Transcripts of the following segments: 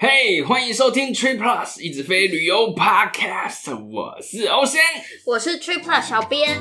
嘿，欢迎收听 Tree Plus 一直飞旅游 Podcast，我是欧先。我是 Trip Plus 小编，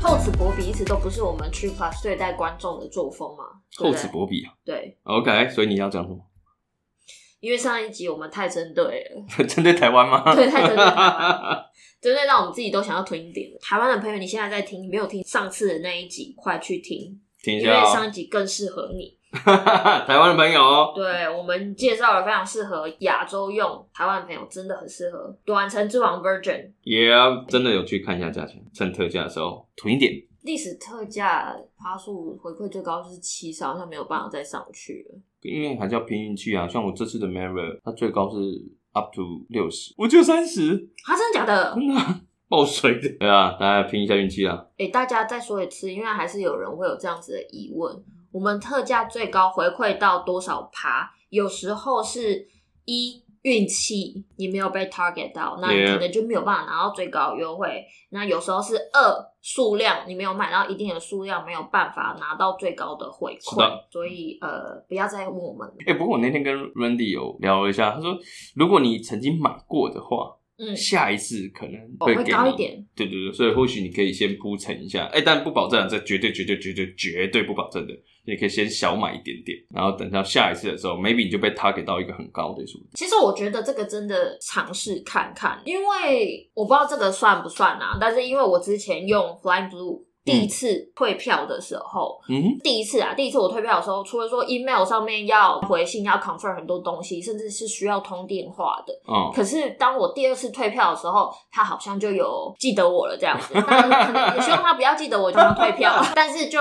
厚此薄彼一直都不是我们 Trip Plus 对待观众的作风嘛，厚对不对此薄彼啊对， ，OK，所以你要讲什么？ 因为上一集我们太针对了，针对台湾吗？对太针对台湾针对到我们自己都想要囤一点了。台湾的朋友，你现在在听，你没有听上次的那一集，快去听，停一因下为上哦，一集更适合你。 台湾的朋友哦，对我们介绍了非常适合亚洲用，台湾的朋友真的很适合。短程之王 Virgin 也真的有去看一下价钱，趁特价的时候囤一点。历史特价趴数回馈最高就是七十，好像没有办法再上去了。因为还是要拼运气啊，像我这次的 Mirror，它最高是 up to 六十，我就三十，啊，真的假的？真的 啊爆水的。对啊，大家拼一下运气啊。诶、大家再说一次，因为还是有人会有这样子的疑问：我们特价最高回馈到多少趴？有时候是一运气，你没有被 target 到，那你 Yeah 可能就没有办法拿到最高优惠。那有时候是二数量，你没有买到一定的数量，没有办法拿到最高的回是馈的，所以呃，不要再问我们。哎、不过我那天跟 Randy 有聊了一下，他说如果你曾经买过的话，嗯，下一次可能哦会会给高你一点。对对对，所以或许你可以先铺陈一下，哎、但不保证啊，这绝对绝对绝对绝对不保证的。你可以先小买一点点，然后等到下一次的时候，maybe 你就被 target 到一个很高的数字。其实我觉得这个真的尝试看看，因为我不知道这个算不算啊。但是因为我之前用 Flying Blue 第一次退票的时候，嗯哼，第一次啊，第一次我退票的时候，除了说 email 上面要回信、要 confirm 很多东西，甚至是需要通电话的。哦，可是当我第二次退票的时候，他好像就有记得我了这样子，那可能也希望他不要记得我就要退票， 但是就。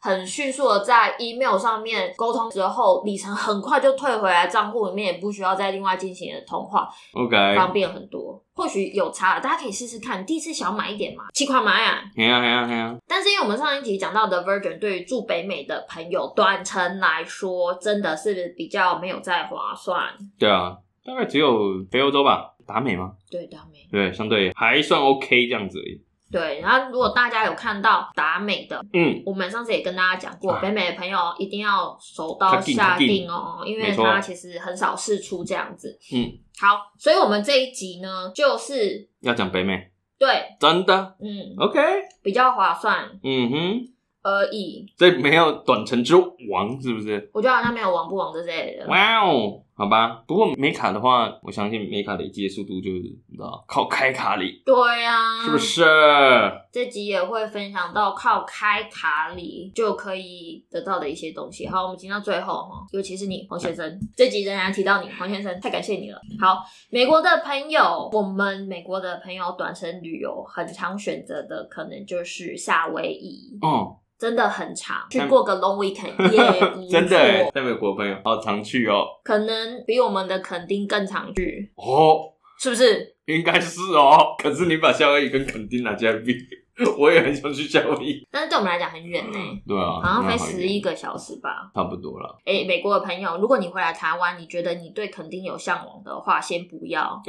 很迅速的在 email 上面沟通之后，里程很快就退回来账户里面，也不需要再另外进行的通话， OK，方便很多。或许有差了，大家可以试试看，第一次小买一点嘛，七块买啊。嘿呀嘿呀嘿呀，但是因为我们上一集讲到的 Virgin 对于住北美的朋友短程来说，真的是比较没有再划算。对啊，大概只有北欧洲吧，达美吗？对，达美。对，啊相对还算 OK 这样子而已。对，然后如果大家有看到达美的，嗯，我们上次也跟大家讲过，啊北美的朋友一定要手刀他定他下定定哦，因为没错它其实很少试出这样子。嗯，好，所以我们这一集呢，就是要讲北美，对，真的嗯， OK，比较划算嗯哼，而已。这没有短程之王是不是？我觉得好像没有王不王的之类的。哇哦，好吧。不过美卡的话，我相信美卡累积的速度就是你知道，靠开卡里，对啊呀、是不是？这集也会分享到靠开卡里就可以得到的一些东西。好，我们听到最后哈，尤其是你黄先生，这集仍然提到你黄先生，太感谢你了。好，美国的朋友，我们美国的朋友短程旅游很常选择的可能就是夏威夷，哦，真的很长，去过个 long weekend 也不 错真的耶，在美国朋友好常去哦。可能比我们的垦丁更常去，哦，是不是？应该是哦。可是你把夏威夷跟垦丁拿起来比， 我也很想去夏威夷。但是对我们来讲很远呢、对啊，好像飞那远十一，个小时吧。差不多了。 诶，美国的朋友，如果你回来台湾，你觉得你对垦丁有向往的话，先不 要，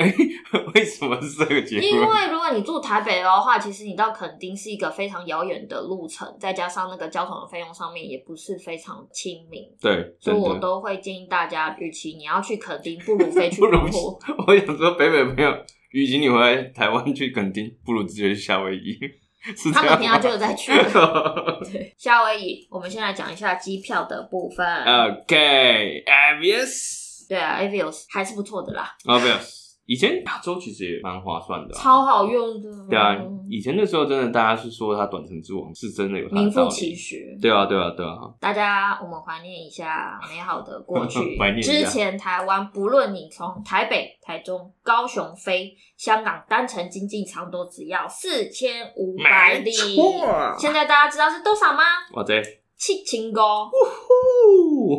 为什么是这个结因论？为如果你住台北的话，其实你到垦丁是一个非常遥远的路程，再加上那个交通的费用上面也不是非常亲民，对，所以真我的。都会建议大家，与其你要去垦丁，不如飞 去不如澎湖。我想说，北美朋友，与其你回来台湾去垦丁，不如直接去夏威夷。 是他这们样平常就吗？有在去了 对夏威夷。我们先来讲一下机票的部分。嗯 OK, obvious, 对啊，Avios 还是不错的啦， obvious。以前亚洲其实也蛮划算的、啊，超好用的。嗯对啊。以前的时候，真的大家是说它短程之王是真的有它名的道副其理。实。对啊，对啊，对啊，大家，我们怀念一下美好的过去 怀念。一下之前台湾，不论你从台北、台中、高雄飞香港，单程经济舱都只要四千五百没里。错现在大家知道是多少吗？哇塞！七千高。呼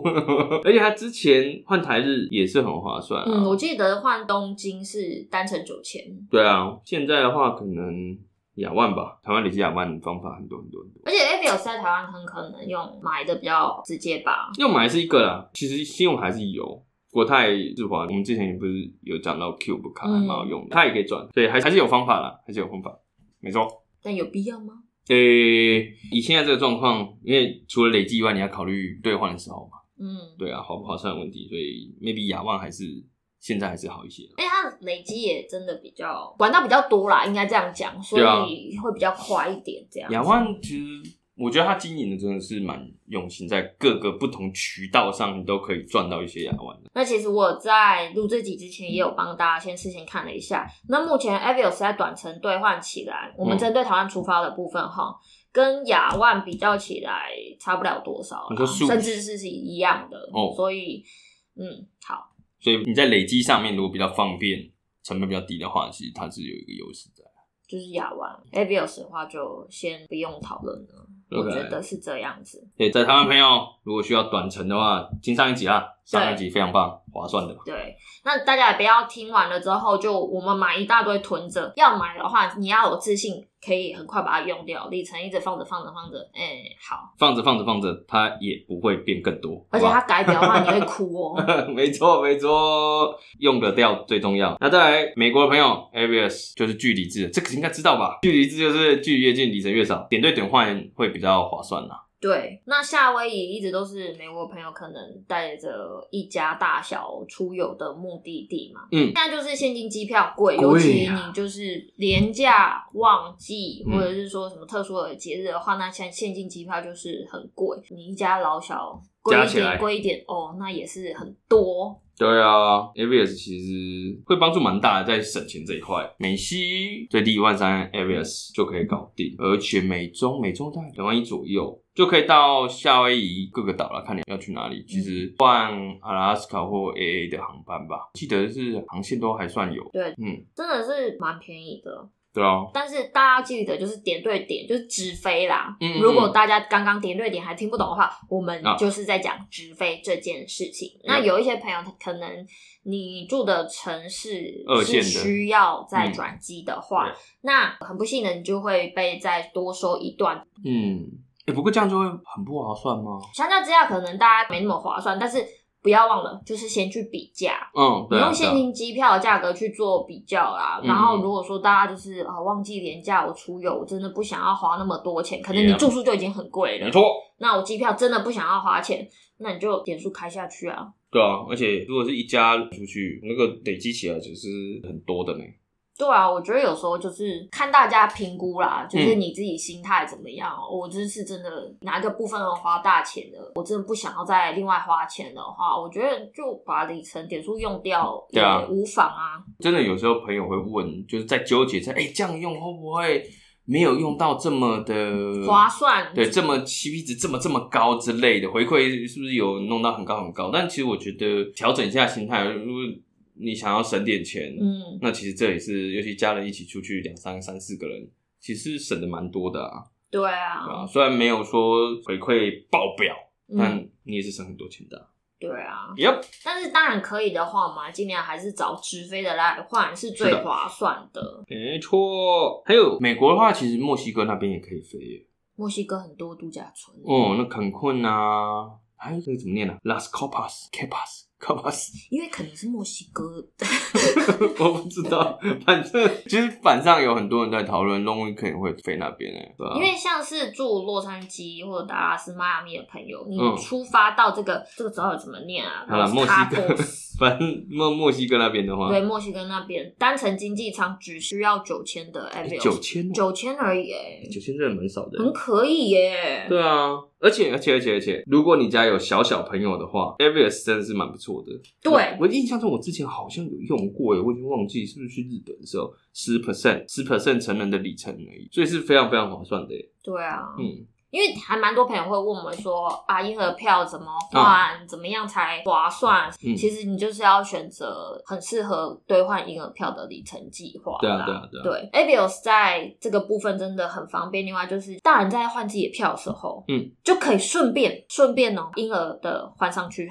而且它之前换台日也是很划算啊。嗯，我记得换东京是单程九千，对啊，现在的话可能亚万吧，台湾累积亚万方法很多很多很多。而且 Avios 在台湾很可能用买的比较直接吧。用买是一个啦，其实信用还是有。国泰日华，我们之前也不嗯是有讲到 Cube 卡还蛮好用的，它也可以转，对，还还是有方法啦，还是有方法，没错。但有必要吗？对，以现在这个状况，因为除了累积以外，你要考虑兑换的时候嘛，嗯，对啊，划不划算的问题，所以 maybe 亚万还是现在还是好一些。而且它累积也真的比较管道比较多啦，应该这样讲，所以会比较快一点这样。啊亚万其实我觉得他经营的真的是蛮用心，在各个不同渠道上，你都可以赚到一些亚万的。那其实我在录这集之前也有帮大家先事先看了一下。那目前 Avios 在短程兑换起来，我们嗯针对台湾出发的部分哈，跟亚万比较起来差不了多少你啦，说数甚至是是一样的。哦所以嗯，好，所以你在累积上面如果比较方便，成本比较低的话，其实它是有一个优势在。就是亚万 Avios 的话就先不用讨论了，我觉 OK 得是这样子。对，在台湾朋友如果需要短程的话，听上一集啊，上一集非常棒，划算的。对，那大家也不要听完了之后就我们买一大堆囤着，要买的话你要有自信，可以很快把它用掉，里程一直放着放着放着，哎、好，放着放着放着，它也不会变更多，而且好不它好改表的话你会 哭哦。没错没错，用得掉最重要。那再来，美国的朋友 Avios 就是距离制，这个应该知道吧？距离制就是距离越近，里程越少，点对点换会比较划算啊啦。对，那夏威夷一直都是美国朋友可能带着一家大小出游的目的地嘛。嗯现在就是现金机票贵，贵啊嗯尤其呀你就是廉价旺季嗯或者是说什么特殊的节日的话，那现现金机票就是很贵。你一家老小贵加一起来点，贵一点哦，那也是很多。对啊，Avios 其实会帮助蛮大的，在省钱这一块。美西最低一万三，Avios 就可以搞定，而且美中美中大概两万一左右就可以到夏威夷各个岛了，看你要去哪里。其实换 Alaska 或 AA 的航班吧，记得是航线都还算有。对嗯，真的是蛮便宜的，对啊，但是大家记得就是点对点，就是直飞啦。嗯嗯如果大家刚刚点对点还听不懂的话，我们啊就是在讲直飞这件事情。嗯那有一些朋友，他可能你住的城市二线是的需要再转机的嗯话，对那很不幸的你就会被再多收一段。嗯，哎、不过这样就会很不划算吗？相较之下，可能大家没那么划算，但是不要忘了，就是先去比价。嗯，你对啊，用现对啊金机票的价格去做比较啦，嗯然后如果说大家就是啊忘记廉价，我出游我真的不想要花那么多钱，可能你 Yeah 住宿就已经很贵了，没错，那我机票真的不想要花钱，那你就点数开下去啊。对啊，而且如果是一家出去，那个累积起来其实很多的呢。对啊，我觉得有时候就是看大家评估啦，就是嗯你自己心态怎么样。我就是真的哪一个部分哦花大钱的，我真的不想要再另外花钱的话，我觉得就把里程点数用掉也对啊无妨啊。真的有时候朋友会问，就是在纠结在，哎、这样用会不会没有用到这么的划？算。嗯对，这么 CP 值这么这么高之类的回馈，是不是有弄到很高很高？但其实我觉得调整一下心态，如果你想要省点钱，嗯，那其实这也是，尤其家人一起出去两三三四个人，其实省的蛮多的啊。对对啊，啊，虽然没有说回馈爆表，嗯，但你也是省很多钱的啊。对啊。 Yep，但是当然可以的话嘛，尽量还是找直飞的来换是是最的划算的。没错。还有美国的话，其实墨西哥那边也可以飞耶。墨西哥很多度假村，欸哦，那坎昆啊，还有这个怎么念呢、啊、？Las Copas、Capas、Capas，因为可能是墨西哥， 我不知道。反正其实板上有很多人在讨论，Long Weekend 也会飞那边哎、对啊 因为像是住洛杉矶或者达拉斯、迈阿密的朋友，你嗯出发到这个、这个时候怎么念啊？好了，墨西哥 Los，反正墨墨西哥那边的话 Tacos，，对，墨西哥那边单程经济舱只需要九千的 a v i 欸九千哦九千而已、欸，九千真的蛮少的。很可以耶、对啊，而且而且而且而且，如果你家有小小朋友的话，Avios 真的是蛮不错的。对我，我印象中我之前好像有用过耶，我已经忘记是不是去日本的时候，十 percent 十 percent 成人的里程而已，所以是非常非常划算的耶。对啊，嗯，因为还蛮多朋友会问我们说啊，婴儿票怎么换，怎么样才划算？啊嗯其实你就是要选择很适合兑换婴儿票的里程计划啦。对啊对啊对啊，对 a b i o s 在这个部分真的很方便。另外就是大人在换自己的票的时候，嗯，就可以顺便顺便哦，婴儿的换上去，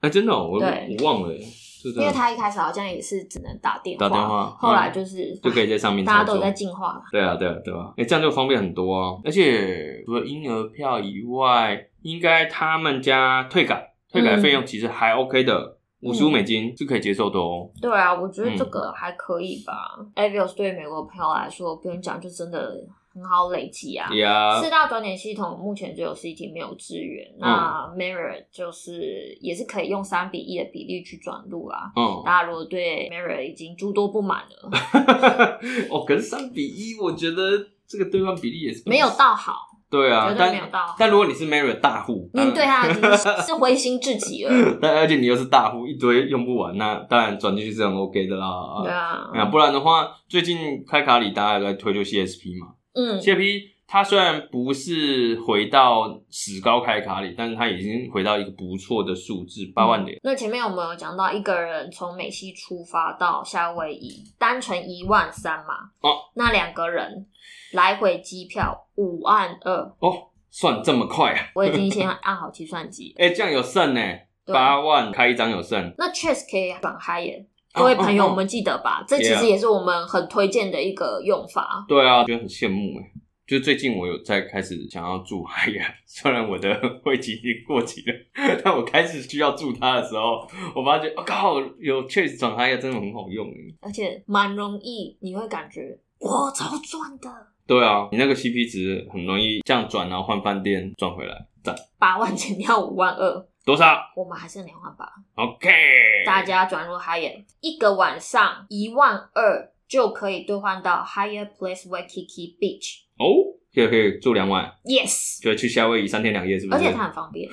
哎、真的、哦，我对我忘了耶，就这因为样他一开始好像也是只能打电话，啊打电话嗯后来就是、就可以在上面大家操都作有。在进化了。对啊，对啊，对啊，哎、这样就方便很多啊！而且除了婴儿票以外，应该他们家退改退改费用其实还 OK 的，五十五嗯美金是可以接受的哦。对啊，我觉得这个还可以吧。Avios 对于美国朋友来说，不用讲，就真的很好累积啊。呀四大转点系统目前只有 CT 没有支援，嗯那 Mirror 就是也是可以用三比一的比例去转入啊。嗯，大家如果对 Mirror 已经诸多不满了， 哦，可是三比一，我觉得这个兑换比例也是没有到好， 对啊绝，对没有但到好，但如果你是 Mary 大户，你对他已经是 是灰心至极了。 但而且你又是大户，一堆用不完，那当然转进去是很 OK 的啦。对啊， 啊，不然的话，最近开卡里大家有在推就 CSP 嘛嗯， ，CSP 它虽然不是回到史高开卡里，但是它已经回到一个不错的数字，八万点。嗯那前面我们有讲到，一个人从美西出发到夏威夷，单程一万三嘛。哦，那两个人来回机票五万二，哦，算这么快啊！我已经先按好计算机了。哎、这样有剩呢、对啊八万开一张有剩。那 Chess 可以转开耶，哦各位朋友哦哦们记得吧？这其 Yeah 实也是我们很推荐的一个用法。对啊，觉得很羡慕哎、就最近我有在开始想要住海洋， 虽然我的会籍已经过期了， 但我开始需要住它的时候，我发觉我、哦靠，有确实转海洋真的很好用哎。而且蛮容易，你会感觉我超赚的，对啊，你那个 CP 值很容易这样转，然后换饭店转回来，赞八万减掉五万二，多少我们还剩两万八。 ？OK，大家转入 Higher，一个晚上一万二就可以兑换到 Higher Place Waikiki Beach。哦，可以可以住两晚， Yes，就去夏威夷三天两夜，是不而是？且它很方便，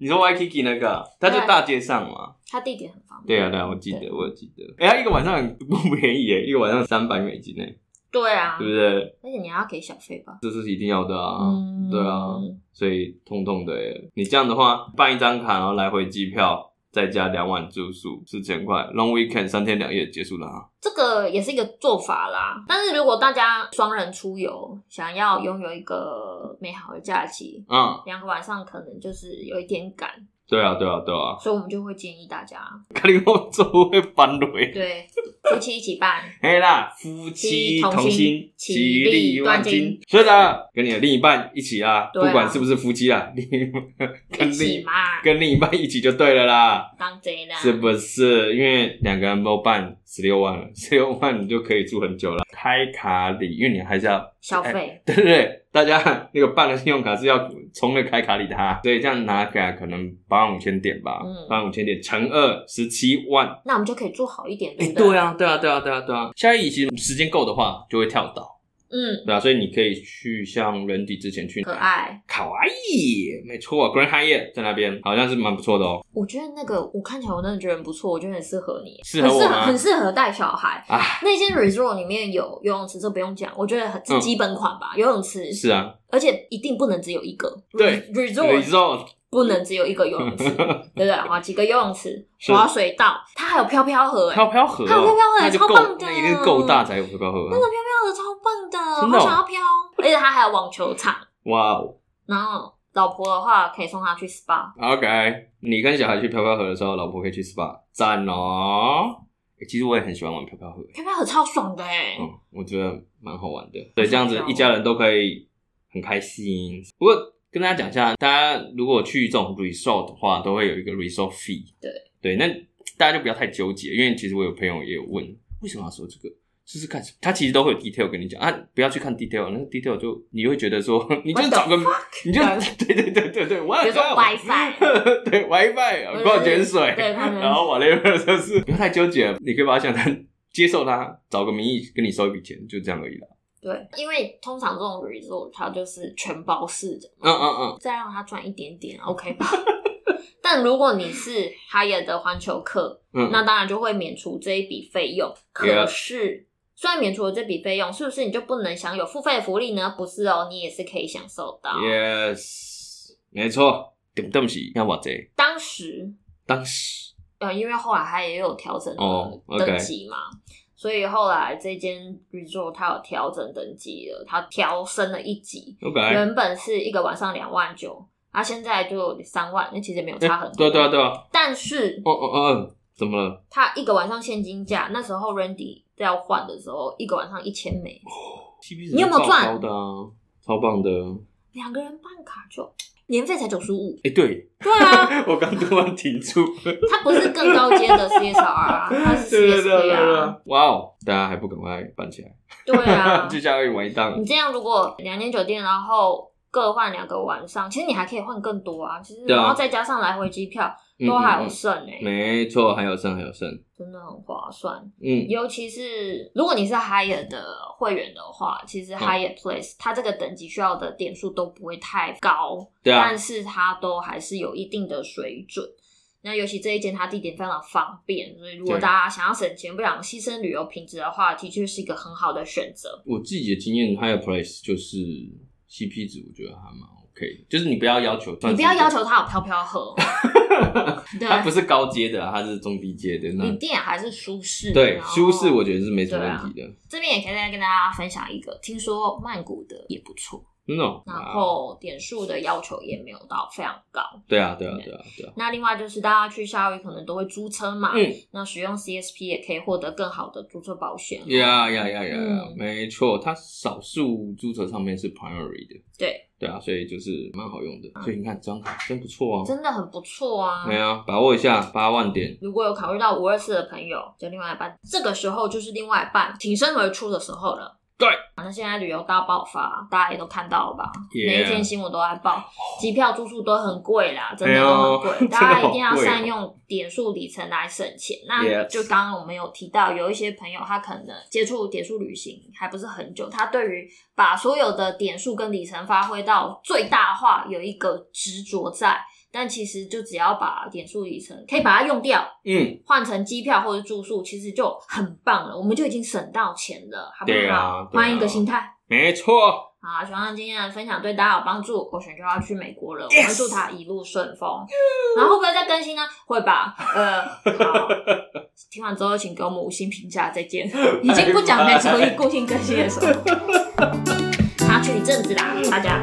你说 Waikiki 那个啊，它就对大街上嘛。它地点很方便。对啊，对啊，我记得，我有记得。哎、它一个晚上很不便宜欸耶，一个晚上三百美金呢，对啊对，不对？而且你还要给小费吧？这是一定要的啊，嗯对啊，所以通通的耶。你这样的话，办一张卡，然后来回机票，再加两晚住宿，四千块，long weekend 三天两夜结束了啊。这个也是一个做法啦。但是如果大家双人出游，想要拥有一个美好的假期，嗯，两个晚上可能就是有一点赶，对啊，对啊，对啊， 所以我们就会建议大家，看你我做会翻雷。对，夫妻一起办，嘿啦，夫妻妻同同心心，其其利利断断金金。所以呢，跟你的另一半一起啊，对啊不管是不是夫妻啊，另一半一跟起另嘛，跟另一半一起就对了啦。当贼啦，是不是？因为两个人都办十六万了， 十六万你就可以住很久了。开卡里，因为你还是要 消费。对不对？大家那个办了信用卡是要 充那个开卡里的哈，所以这样拿起来可能八万五千点吧，嗯八万五千点乘二十七万。那我们就可以做好一点，哎、对不对，啊，对啊，对啊，对啊，对啊。下一期时间够的话，就会跳岛，嗯，对啊，所以你可以去像 Randy 之前去可爱。卡哇伊，没错，Grand Hyatt 在那边好像是蛮不错的哦。我觉得那个我看起来我真的觉得很不错，我觉得很适合你，适合我很适合吗很适合带小孩。啊，那间 resort 里面有游泳池，这不用讲，我觉得很嗯是基本款吧，游泳池是，啊，而且一定不能只有一个。对 Re- r ，resort e s o 不能只有一个游泳池， 对不对？好，几个游泳池，是滑水道，它还有飘飘河，哎，飘飘河哦、还有飘飘河那就超够棒的那一定够大才有飘飘河、啊。飘的超棒的，真的哦好想要飘。而且它还有网球场，哇、哦然后老婆的话可以送她去 SPA， ，OK，你跟小孩去飘飘河的时候，老婆可以去 SPA，赞哦、欸其实我也很喜欢玩飘飘河，飘飘河超爽的，哎，嗯，我觉得蛮好玩的。对，这样子一家人都可以很开心。不过跟大家讲一下，大家如果去这种 resort 的话，都会有一个 resort fee。对对，那大家就不要太纠结，因为其实我有朋友也有问，为什么要说这个？这是干什么？他其实都会有 detail 跟你讲啊，不要去看 detail，那个 detail 就你会觉得说，你就 What the 找个， 哎你就对对对对对，我比如说 WiFi 对 WiFi 矿泉水，对矿泉水然后 whatever 就是 不要太纠结，你可以把它想成接受它，找个名义跟你收一笔钱，就这样而已啦。对，因为通常这种 resort 它就是全包式的，嗯嗯嗯，再让它赚一点点，OK 吧？但如果你是 Higher 的环球客，嗯那当然就会免除这一笔费用。 Yeah 可是虽然免除了这笔费用，是不是你就不能享有付费的福利呢？不是哦，你也是可以享受到。 yes，没错，点对不起，要我这当时当时呃，因为后来它也有调整哦，OK 等级嘛所以后来这间 resort 它有调整等级了，它调升了一级。 OK，原本是一个晚上两万九，它现在就三万，那其实也没有哎差很多。对啊对啊对啊，但是哦哦哦哦，怎么了？它一个晚上现金价，那时候 Randy 要换的时候，一个晚上一千美， CP 值你有没有超高赚的啊，超棒的。两个人办卡就年费才九十五。哎、对 对啊，我刚突然停住， 它不是更高阶的 CSR 啊，它是对对对 CSP 对对啊。，哇哦，大家还不赶快办起来，，对啊 就像一玩一嗯档你，这样如果两间酒店，然后各换两个晚上，其实你还可以换更多啊。其实对啊然后再加上来回机票，嗯都还嗯有嗯剩哎、没错，还有剩还有剩，真的很划算。嗯，尤其是如果你是 Higher 的会员的话，其嗯实 Higher Place、它这个等级需要的点数都不会太高，对啊但，是它都还是有一定的水准。那尤其这一间，它地点非常方便，所以如果对大家想要省钱，不想牺牲旅游品质的话，的确是一个很好的选择。我自己的经验，higher price 就是 CP 值，我觉得还蛮 OK 的，就是你不要要求，你不要要求它有飘 飘盒，对，嗯它不是高阶的啊，它是中低阶的，你那店还是舒适的。嗯对然后舒适我觉得是没什么啊问题的，这边也可以再跟大家分享一个，听说曼谷的也不错，真的哦。然哇后点数的要求也没有到非常高。对啊，对啊，对啊，对啊，那另外就是大家去夏威夷可能都会租车嘛，嗯，那使用 CSP 也可以获得更好的租车保险。呀呀呀呀呀嗯，没错，它少数租车上面是 primary 的，对嗯对啊，所以就是蛮好用的，所以你看这样真不错哦，真的很不错啊。对啊，把握一下八万点，如果有考虑到五二四的朋友，就另外一半，这个时候就是另外一半挺身而出的时候了。对啊，那现在旅游大爆发，大家也都看到了吧 Yeah 每一天新闻都在报，机票、住宿都很贵啦，真的哦哎呦都很 贵，真的大好贵哦家一定要善用点数里程来省钱。那 Yes 就刚刚我们有提到，有一些朋友他可能接触点数旅行还不是很久，他对于把所有的点数跟里程发挥到最大化有一个执着在，但其实就只要把点数里程可以把它用掉，嗯，换成机票或者住宿，其实就很棒了，我们就已经省到钱了，好不对好？啊对啊换一个心态。没错，好，啊希望今天的分享对大家有帮助。国选就要去美国了，我 Yes 们祝他一路顺风。然后会不会再更新呢？会吧。呃，好，听完之后请给我们五星评价，再见。已经不讲每周一固定更新的时候，他去一阵子啦，大家。